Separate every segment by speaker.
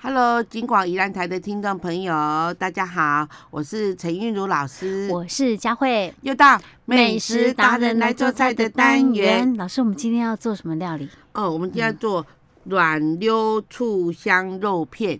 Speaker 1: Hello，金广宜兰台的听众朋友，大家好，我是陈韵如老师，
Speaker 2: 我是佳慧，
Speaker 1: 又到美食达人来做菜的单元。。
Speaker 2: 老师，我们今天要做什么料理？
Speaker 1: 哦，我们今天要做软溜醋香肉片，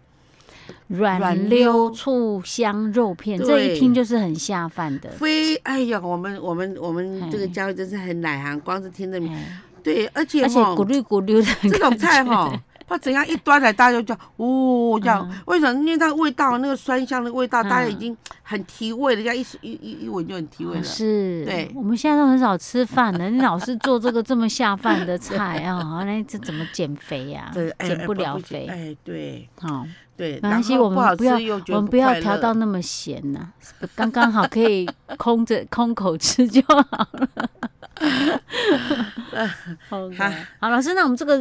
Speaker 2: 软溜醋香肉片，
Speaker 1: 对
Speaker 2: 这一听就是很下饭的。
Speaker 1: 非哎呀，我们我们我们这个
Speaker 2: 嘿
Speaker 1: 教育真是很奶行，光是听着名
Speaker 2: 哎
Speaker 1: 对，而且
Speaker 2: 而且
Speaker 1: 吼
Speaker 2: 咕噜咕噜
Speaker 1: 这
Speaker 2: 的
Speaker 1: 种
Speaker 2: 感觉
Speaker 1: 菜哈，它怎样一端来，大家就叫呜叫、
Speaker 2: 嗯
Speaker 1: 为什么？因为它的味道，那个酸香的味道，
Speaker 2: 嗯
Speaker 1: 大家已经很提味了，人家一一一一闻就很提味了。
Speaker 2: 是，
Speaker 1: 对
Speaker 2: 我们现在都很少吃饭了，你老是做这个这么下饭的菜啊， 那这怎么减肥呀
Speaker 1: 对，？哎
Speaker 2: 减
Speaker 1: 哎
Speaker 2: 啊不了
Speaker 1: 行
Speaker 2: 肥，哦
Speaker 1: 哎，对
Speaker 2: 好，
Speaker 1: 对，
Speaker 2: 没
Speaker 1: 然
Speaker 2: 关系，
Speaker 1: 后
Speaker 2: 我
Speaker 1: 不好
Speaker 2: 们不
Speaker 1: 吃
Speaker 2: 要
Speaker 1: 又觉
Speaker 2: 我
Speaker 1: 得
Speaker 2: 们
Speaker 1: 不
Speaker 2: 不要
Speaker 1: 快
Speaker 2: 调
Speaker 1: 乐
Speaker 2: 到那么咸呐，刚刚好可以空着空口吃就好了。OK
Speaker 1: 好
Speaker 2: 好，老师，那我们这个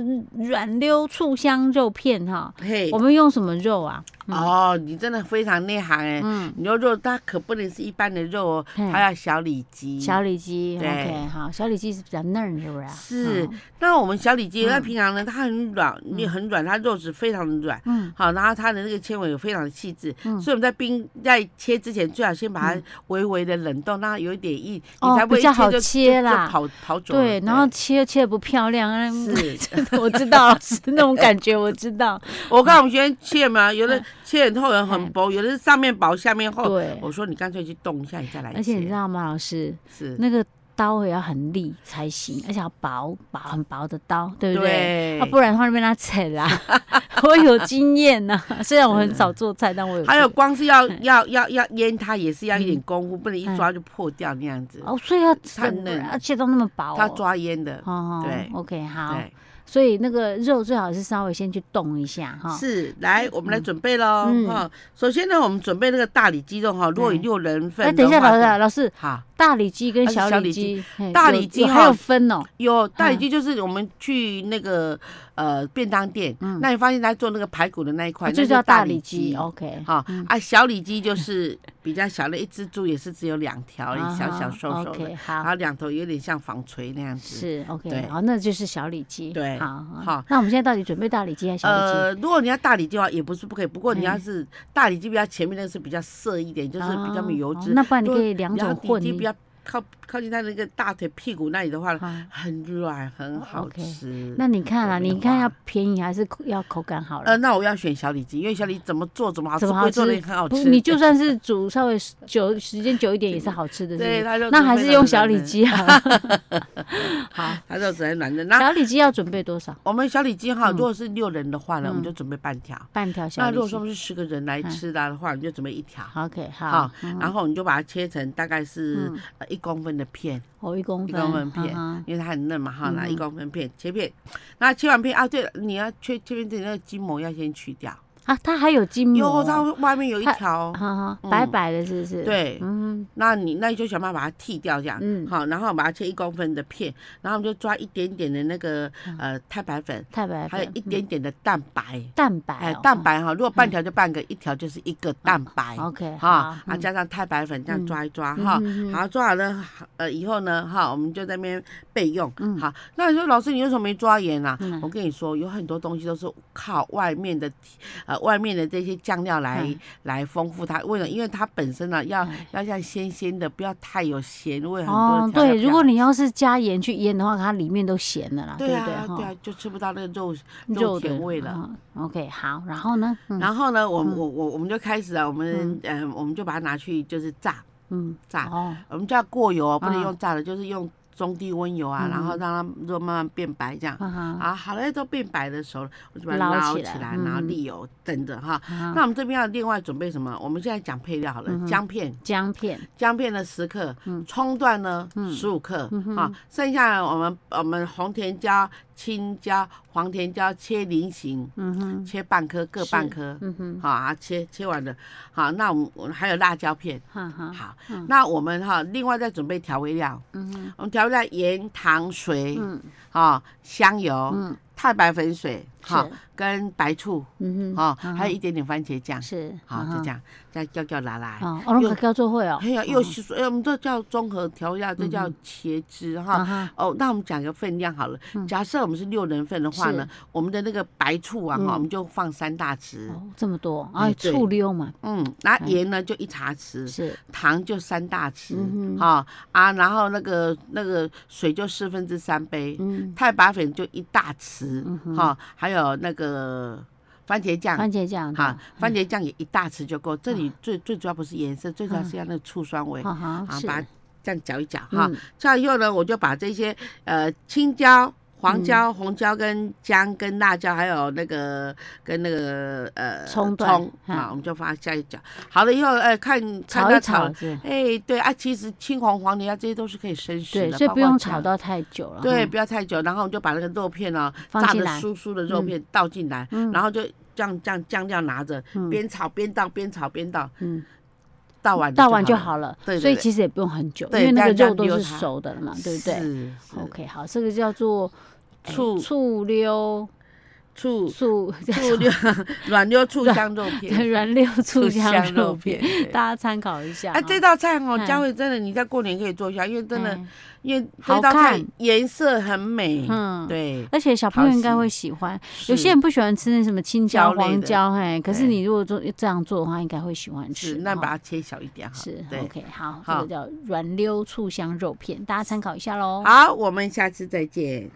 Speaker 2: 软溜醋香肉片哈，
Speaker 1: 嘿
Speaker 2: 我。们用什么肉啊？
Speaker 1: 哦，你真的非常内行哎！
Speaker 2: 嗯，
Speaker 1: 牛肉它可不能是一般的肉哦，
Speaker 2: 嘿
Speaker 1: 它要小里脊。
Speaker 2: 小里脊
Speaker 1: 对
Speaker 2: ，OK，好，小里脊是比较嫩，是不是啊？
Speaker 1: 是
Speaker 2: 嗯，
Speaker 1: 那我们小里脊，它平常呢，它很软，也很软，它肉质非常的软。
Speaker 2: 嗯，
Speaker 1: 好，然后它的那个纤维也非常的细致，所以我们在冰在切之前，最好先把它微微的冷冻，让它有一点硬，你
Speaker 2: 嗯哦
Speaker 1: 才不会
Speaker 2: 比
Speaker 1: 一
Speaker 2: 较
Speaker 1: 切
Speaker 2: 好
Speaker 1: 就
Speaker 2: 切啦
Speaker 1: 就跑跑走了。
Speaker 2: 对，然后切切不漂亮，啊
Speaker 1: 是，
Speaker 2: 我知道老师那种感觉，我 知道。
Speaker 1: 我看我们学生切嘛，有的切很厚很很薄，有的是上面薄下面厚。
Speaker 2: 嗯对，
Speaker 1: 我说你干脆去冻一下，你再来切。
Speaker 2: 而且你知道吗，老师，
Speaker 1: 是，
Speaker 2: 那个刀也要很利才行，而且要薄薄很薄的刀，对不对？
Speaker 1: 对
Speaker 2: 啊，。不然的话就被他扯 啦。我有经验呐、虽然我很少做菜，但我有。
Speaker 1: 还有光是要要要要腌它，也是要一点功夫，不能一
Speaker 2: 嗯
Speaker 1: 抓就破掉那样子。
Speaker 2: 哦，所以要
Speaker 1: 太嫩了
Speaker 2: 而且都那么薄、哦。
Speaker 1: 它抓腌的，
Speaker 2: 哦，
Speaker 1: 对
Speaker 2: ，OK，好。
Speaker 1: 对，
Speaker 2: 所以那个肉最好是稍微先去冻一下哈。
Speaker 1: 是。来，我们来准备喽
Speaker 2: 嗯
Speaker 1: 哈。首先呢，我们准备那个大里脊肉哈，如果有六人份
Speaker 2: 哎，
Speaker 1: 的话，
Speaker 2: 等一下，老师，老师，
Speaker 1: 好，
Speaker 2: 大里脊跟
Speaker 1: 还是
Speaker 2: 小
Speaker 1: 小
Speaker 2: 里
Speaker 1: 里
Speaker 2: 脊，嘿
Speaker 1: 大
Speaker 2: 有
Speaker 1: 里脊
Speaker 2: 有
Speaker 1: 哈
Speaker 2: 还有分哦。
Speaker 1: 有大里脊就是我们去那个呃便当店，那你发现他做那个排骨的那一块，
Speaker 2: 嗯啊就
Speaker 1: 那
Speaker 2: 叫大
Speaker 1: 大
Speaker 2: 里
Speaker 1: 脊
Speaker 2: 脊。，OK，
Speaker 1: 好啊，小里脊就是比较小的，一只猪也是只有两条而
Speaker 2: 啊
Speaker 1: 已，小
Speaker 2: 哈
Speaker 1: 小瘦瘦的
Speaker 2: ，OK，，
Speaker 1: 然
Speaker 2: 好，
Speaker 1: 后两头有点像纺锤那样子。
Speaker 2: 是 OK，
Speaker 1: 嗯对
Speaker 2: 好，那就是小里脊，
Speaker 1: 对
Speaker 2: 好，好
Speaker 1: 好，
Speaker 2: 那我们现在到底准备大里脊还是小里脊？嗯
Speaker 1: 呃，如果你要大里脊的话，也不是不可以。不过你要是大里脊比较前面那个是比较涩一点，就是比较
Speaker 2: 哦
Speaker 1: 没油脂
Speaker 2: 哦。那不然你
Speaker 1: 如
Speaker 2: 可
Speaker 1: 果
Speaker 2: 以两
Speaker 1: 你要
Speaker 2: 种
Speaker 1: 底
Speaker 2: 混
Speaker 1: 筋
Speaker 2: 一
Speaker 1: 比较嗯靠靠近它那个大腿屁股那里的话，
Speaker 2: 啊。
Speaker 1: 很软，很好
Speaker 2: 哦 OK，
Speaker 1: 吃。
Speaker 2: 那你看啊，
Speaker 1: 有变
Speaker 2: 你看
Speaker 1: 化
Speaker 2: 要便宜还是口要口感好了？
Speaker 1: 呃，那我要选小里脊，因为小里脊怎么做怎么好吃，
Speaker 2: 怎么
Speaker 1: 不
Speaker 2: 好
Speaker 1: 会做的
Speaker 2: 吃
Speaker 1: 也很呃好
Speaker 2: 不，
Speaker 1: 吃。
Speaker 2: 你就算是煮稍微久时间久一点也是好吃的，是不
Speaker 1: 对，
Speaker 2: 是？
Speaker 1: 它肉
Speaker 2: 那
Speaker 1: 质
Speaker 2: 还
Speaker 1: 非
Speaker 2: 是
Speaker 1: 常
Speaker 2: 用
Speaker 1: 的
Speaker 2: 小里
Speaker 1: 嫩，
Speaker 2: 脊 好了。好，
Speaker 1: 它肉质很软嫩。那
Speaker 2: 小里脊要准备多少？
Speaker 1: 我们小里脊哈，
Speaker 2: 嗯
Speaker 1: 如果是六人的话呢，我们
Speaker 2: 嗯
Speaker 1: 就准备半条。
Speaker 2: 半条小
Speaker 1: 那如
Speaker 2: 里
Speaker 1: 果说
Speaker 2: 脊
Speaker 1: 我。们是十个人来
Speaker 2: 嗯
Speaker 1: 吃的的话，你就准备一条。
Speaker 2: OK，好嗯
Speaker 1: 好，，然后你就把它切成大概是呃一公分的片，
Speaker 2: 哦我一公
Speaker 1: 一
Speaker 2: 分，
Speaker 1: 公分片
Speaker 2: 嗯哼
Speaker 1: 因为它很嫩嘛哈，拿一
Speaker 2: 嗯
Speaker 1: 公分片切片，那切完片啊，对了，你要切切片这里那个筋膜要先去掉，
Speaker 2: 啊，它还有筋膜
Speaker 1: 哟，
Speaker 2: 哦，
Speaker 1: 它外面有一
Speaker 2: 它
Speaker 1: 条哦，
Speaker 2: 哈哈，
Speaker 1: 嗯
Speaker 2: 白白的，是不是？，
Speaker 1: 对，
Speaker 2: 嗯
Speaker 1: 那你那你就想办法把它剃掉，这样，
Speaker 2: 嗯
Speaker 1: 好，然后把它切一公分的片，然后我们就抓一点点的那个呃太白粉，
Speaker 2: 哼，太嗯白粉，
Speaker 1: 还有一
Speaker 2: 嗯
Speaker 1: 点点的蛋白，
Speaker 2: 蛋白哦，嗯
Speaker 1: 哎，蛋白哈，如果半条就半个，一条就是一个蛋白，
Speaker 2: ，OK，
Speaker 1: 哈，啊
Speaker 2: 嗯
Speaker 1: 加上太白粉这样
Speaker 2: 嗯
Speaker 1: 抓一抓
Speaker 2: 嗯
Speaker 1: 哈
Speaker 2: 嗯，嗯
Speaker 1: 好抓好了，呃以后呢哈，我们就在那边备用，好，那你说老师你为什么没抓盐啊
Speaker 2: 嗯？
Speaker 1: 我跟你说，有很多东西都是靠外面的呃外面的这些酱料来
Speaker 2: 嗯
Speaker 1: 来丰富它，为了因为它本身呢要
Speaker 2: 哎
Speaker 1: 要像鲜鲜的，不要太有咸味，很多
Speaker 2: 哦
Speaker 1: 的，调料
Speaker 2: 对，
Speaker 1: 比
Speaker 2: 如
Speaker 1: 较
Speaker 2: 果你要是加盐去腌的话，它里面都咸的啦，
Speaker 1: 对
Speaker 2: 不对？
Speaker 1: 啊对
Speaker 2: 哈，
Speaker 1: 啊，就吃不到那个肉
Speaker 2: 肉
Speaker 1: 肉
Speaker 2: 的
Speaker 1: 甜味了。
Speaker 2: 嗯 OK，好，然后呢？嗯
Speaker 1: 然后呢，我我我我们就开始啊，我们嗯，我们就把它拿去就是炸
Speaker 2: 嗯，
Speaker 1: 炸，
Speaker 2: 哦，
Speaker 1: 我们就要过油哦，不能
Speaker 2: 啊嗯
Speaker 1: 用炸的，就是用中低温油啊，然后让它肉慢慢变白这样。
Speaker 2: 哈哈，
Speaker 1: 啊，好了，都变白的时候，我就把它
Speaker 2: 捞
Speaker 1: 捞
Speaker 2: 起
Speaker 1: 起
Speaker 2: 来
Speaker 1: 来，然后
Speaker 2: 嗯啊
Speaker 1: 沥油等着哈。
Speaker 2: 哈
Speaker 1: 那我们这边要另外准备什么？我们现在讲配料好
Speaker 2: 嗯
Speaker 1: 了，姜片，
Speaker 2: 姜片，
Speaker 1: 姜片呢十克，
Speaker 2: 嗯
Speaker 1: 葱段呢十五克啊，剩下我们我们红甜椒、青椒、黄甜椒切菱形，
Speaker 2: 嗯哼，
Speaker 1: 切半颗各半
Speaker 2: 是
Speaker 1: 颗，
Speaker 2: 嗯哼，
Speaker 1: 好啊，切切完了，好，那我们我们还有辣椒片，
Speaker 2: 哈哈，
Speaker 1: 好，那我们哈另外再准备调味料，
Speaker 2: 嗯哼，
Speaker 1: 我们调味料盐、糖、水，
Speaker 2: 嗯
Speaker 1: 啊，香油，
Speaker 2: 嗯
Speaker 1: 太白粉水哈
Speaker 2: 是，
Speaker 1: 跟白醋
Speaker 2: 嗯哼，
Speaker 1: 哈，
Speaker 2: 嗯
Speaker 1: 还有一点点番茄酱，
Speaker 2: 是，
Speaker 1: 好
Speaker 2: 嗯
Speaker 1: 就
Speaker 2: 哼
Speaker 1: 这，样，这样叫叫拿来。
Speaker 2: 哦，哦，那
Speaker 1: 又
Speaker 2: 个叫做会哦，
Speaker 1: 还有又是说，哎，我们这叫综合调料，这
Speaker 2: 嗯
Speaker 1: 叫茄汁哈。
Speaker 2: 啊哈，
Speaker 1: 哦，那我们讲个分量好了。
Speaker 2: 嗯
Speaker 1: 假设我们是六人份的话呢，我们的那个白醋啊，
Speaker 2: 嗯
Speaker 1: 哈，我们就放三大匙。
Speaker 2: 哦，这么多，
Speaker 1: 哎
Speaker 2: 啊，
Speaker 1: 对
Speaker 2: 醋溜嘛，
Speaker 1: 嗯，那盐呢就一茶匙，
Speaker 2: 是，
Speaker 1: 糖就三大匙
Speaker 2: 嗯哼，
Speaker 1: 哈啊，然后那个那个水就四分之三杯，
Speaker 2: 嗯，
Speaker 1: 太白粉就一大匙
Speaker 2: 嗯，哼
Speaker 1: 哈，还有那个番茄酱，
Speaker 2: 番茄酱，嗯啊
Speaker 1: 哈，番茄酱也一大匙就够。这里最最主要不是颜色，最主要是要那个醋酸味，
Speaker 2: 哈哈，
Speaker 1: 啊，
Speaker 2: 啊是，
Speaker 1: 把它这样搅一搅哈
Speaker 2: 嗯。
Speaker 1: 搅以后呢，我就把这些呃青椒、黄椒、
Speaker 2: 嗯
Speaker 1: 红椒跟姜、跟辣椒，还有那个跟那个呃
Speaker 2: 葱段
Speaker 1: 葱
Speaker 2: 嗯
Speaker 1: 啊，我们就放下去搅。好了以后，呃，看看
Speaker 2: 炒一
Speaker 1: 它
Speaker 2: 炒
Speaker 1: 炒。
Speaker 2: 是，
Speaker 1: 哎，对啊，其实青黄黄梨啊，这些都是可以生食的，
Speaker 2: 对，所以
Speaker 1: 包
Speaker 2: 不
Speaker 1: 括
Speaker 2: 用
Speaker 1: 姜
Speaker 2: 炒。到太久了，
Speaker 1: 对，
Speaker 2: 哈，
Speaker 1: 不要太久，然后我们就把那个肉片哦，
Speaker 2: 放
Speaker 1: 炸
Speaker 2: 进
Speaker 1: 的
Speaker 2: 来
Speaker 1: 酥酥的肉
Speaker 2: 嗯
Speaker 1: 片倒进来，
Speaker 2: 嗯
Speaker 1: 然后就这样这样酱料拿着，
Speaker 2: 嗯
Speaker 1: 边炒边倒，边炒边倒，
Speaker 2: 嗯，
Speaker 1: 倒完
Speaker 2: 倒完就
Speaker 1: 了
Speaker 2: 好了
Speaker 1: 对，对
Speaker 2: 所以
Speaker 1: 对
Speaker 2: 其实也不用很久，因
Speaker 1: 对
Speaker 2: 为那
Speaker 1: 但
Speaker 2: 个
Speaker 1: 这样
Speaker 2: 肉都
Speaker 1: 溜
Speaker 2: 是
Speaker 1: 它
Speaker 2: 熟的了嘛，对不对
Speaker 1: 是是
Speaker 2: ？OK，好，这个叫做哎
Speaker 1: 醋
Speaker 2: 醋溜
Speaker 1: 醋
Speaker 2: 醋
Speaker 1: 醋溜软溜醋香肉片，
Speaker 2: 对 软溜醋
Speaker 1: 香
Speaker 2: 香肉片，
Speaker 1: 片。对
Speaker 2: 大家参考一下哈。
Speaker 1: 哎，这道菜哦，
Speaker 2: 嗯
Speaker 1: 佳慧真的你在过年可以做一下，因为真的
Speaker 2: 哎，
Speaker 1: 因为
Speaker 2: 好
Speaker 1: 这道菜
Speaker 2: 看
Speaker 1: 颜色很美，
Speaker 2: 嗯，。
Speaker 1: 对。
Speaker 2: 而且小朋友应该
Speaker 1: 讨喜
Speaker 2: 会喜欢，
Speaker 1: 是
Speaker 2: 有些人不喜欢吃那什么青椒、
Speaker 1: 椒类
Speaker 2: 黄
Speaker 1: 的
Speaker 2: 椒，嘿，可是
Speaker 1: 对
Speaker 2: 你如果做这样做的话，应该会喜欢吃
Speaker 1: 是
Speaker 2: 的哈。
Speaker 1: 那把它切小一点哈。
Speaker 2: 是
Speaker 1: 对。
Speaker 2: OK，好，这
Speaker 1: 好
Speaker 2: 个叫软溜醋香肉片，大家参考一下喽。
Speaker 1: 好，我们下次再见。